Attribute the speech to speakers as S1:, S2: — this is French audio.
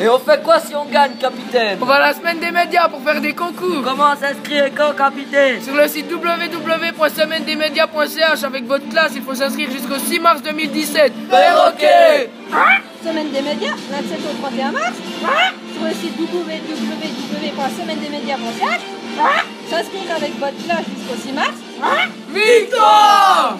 S1: Et on fait quoi si on gagne, capitaine
S2: On va à la semaine des médias pour faire des concours.
S1: Comment s'inscrire et quand, capitaine
S2: Sur le site www.semaine-des-médias.ch avec votre classe, il faut s'inscrire jusqu'au 6 mars 2017.
S1: Perroquet
S3: Semaine des médias, 27 au 31 mars. Ah Sur le site Ah www.semaine-des-médias.ch. S'inscrire avec votre classe jusqu'au 6 mars.
S2: Victoire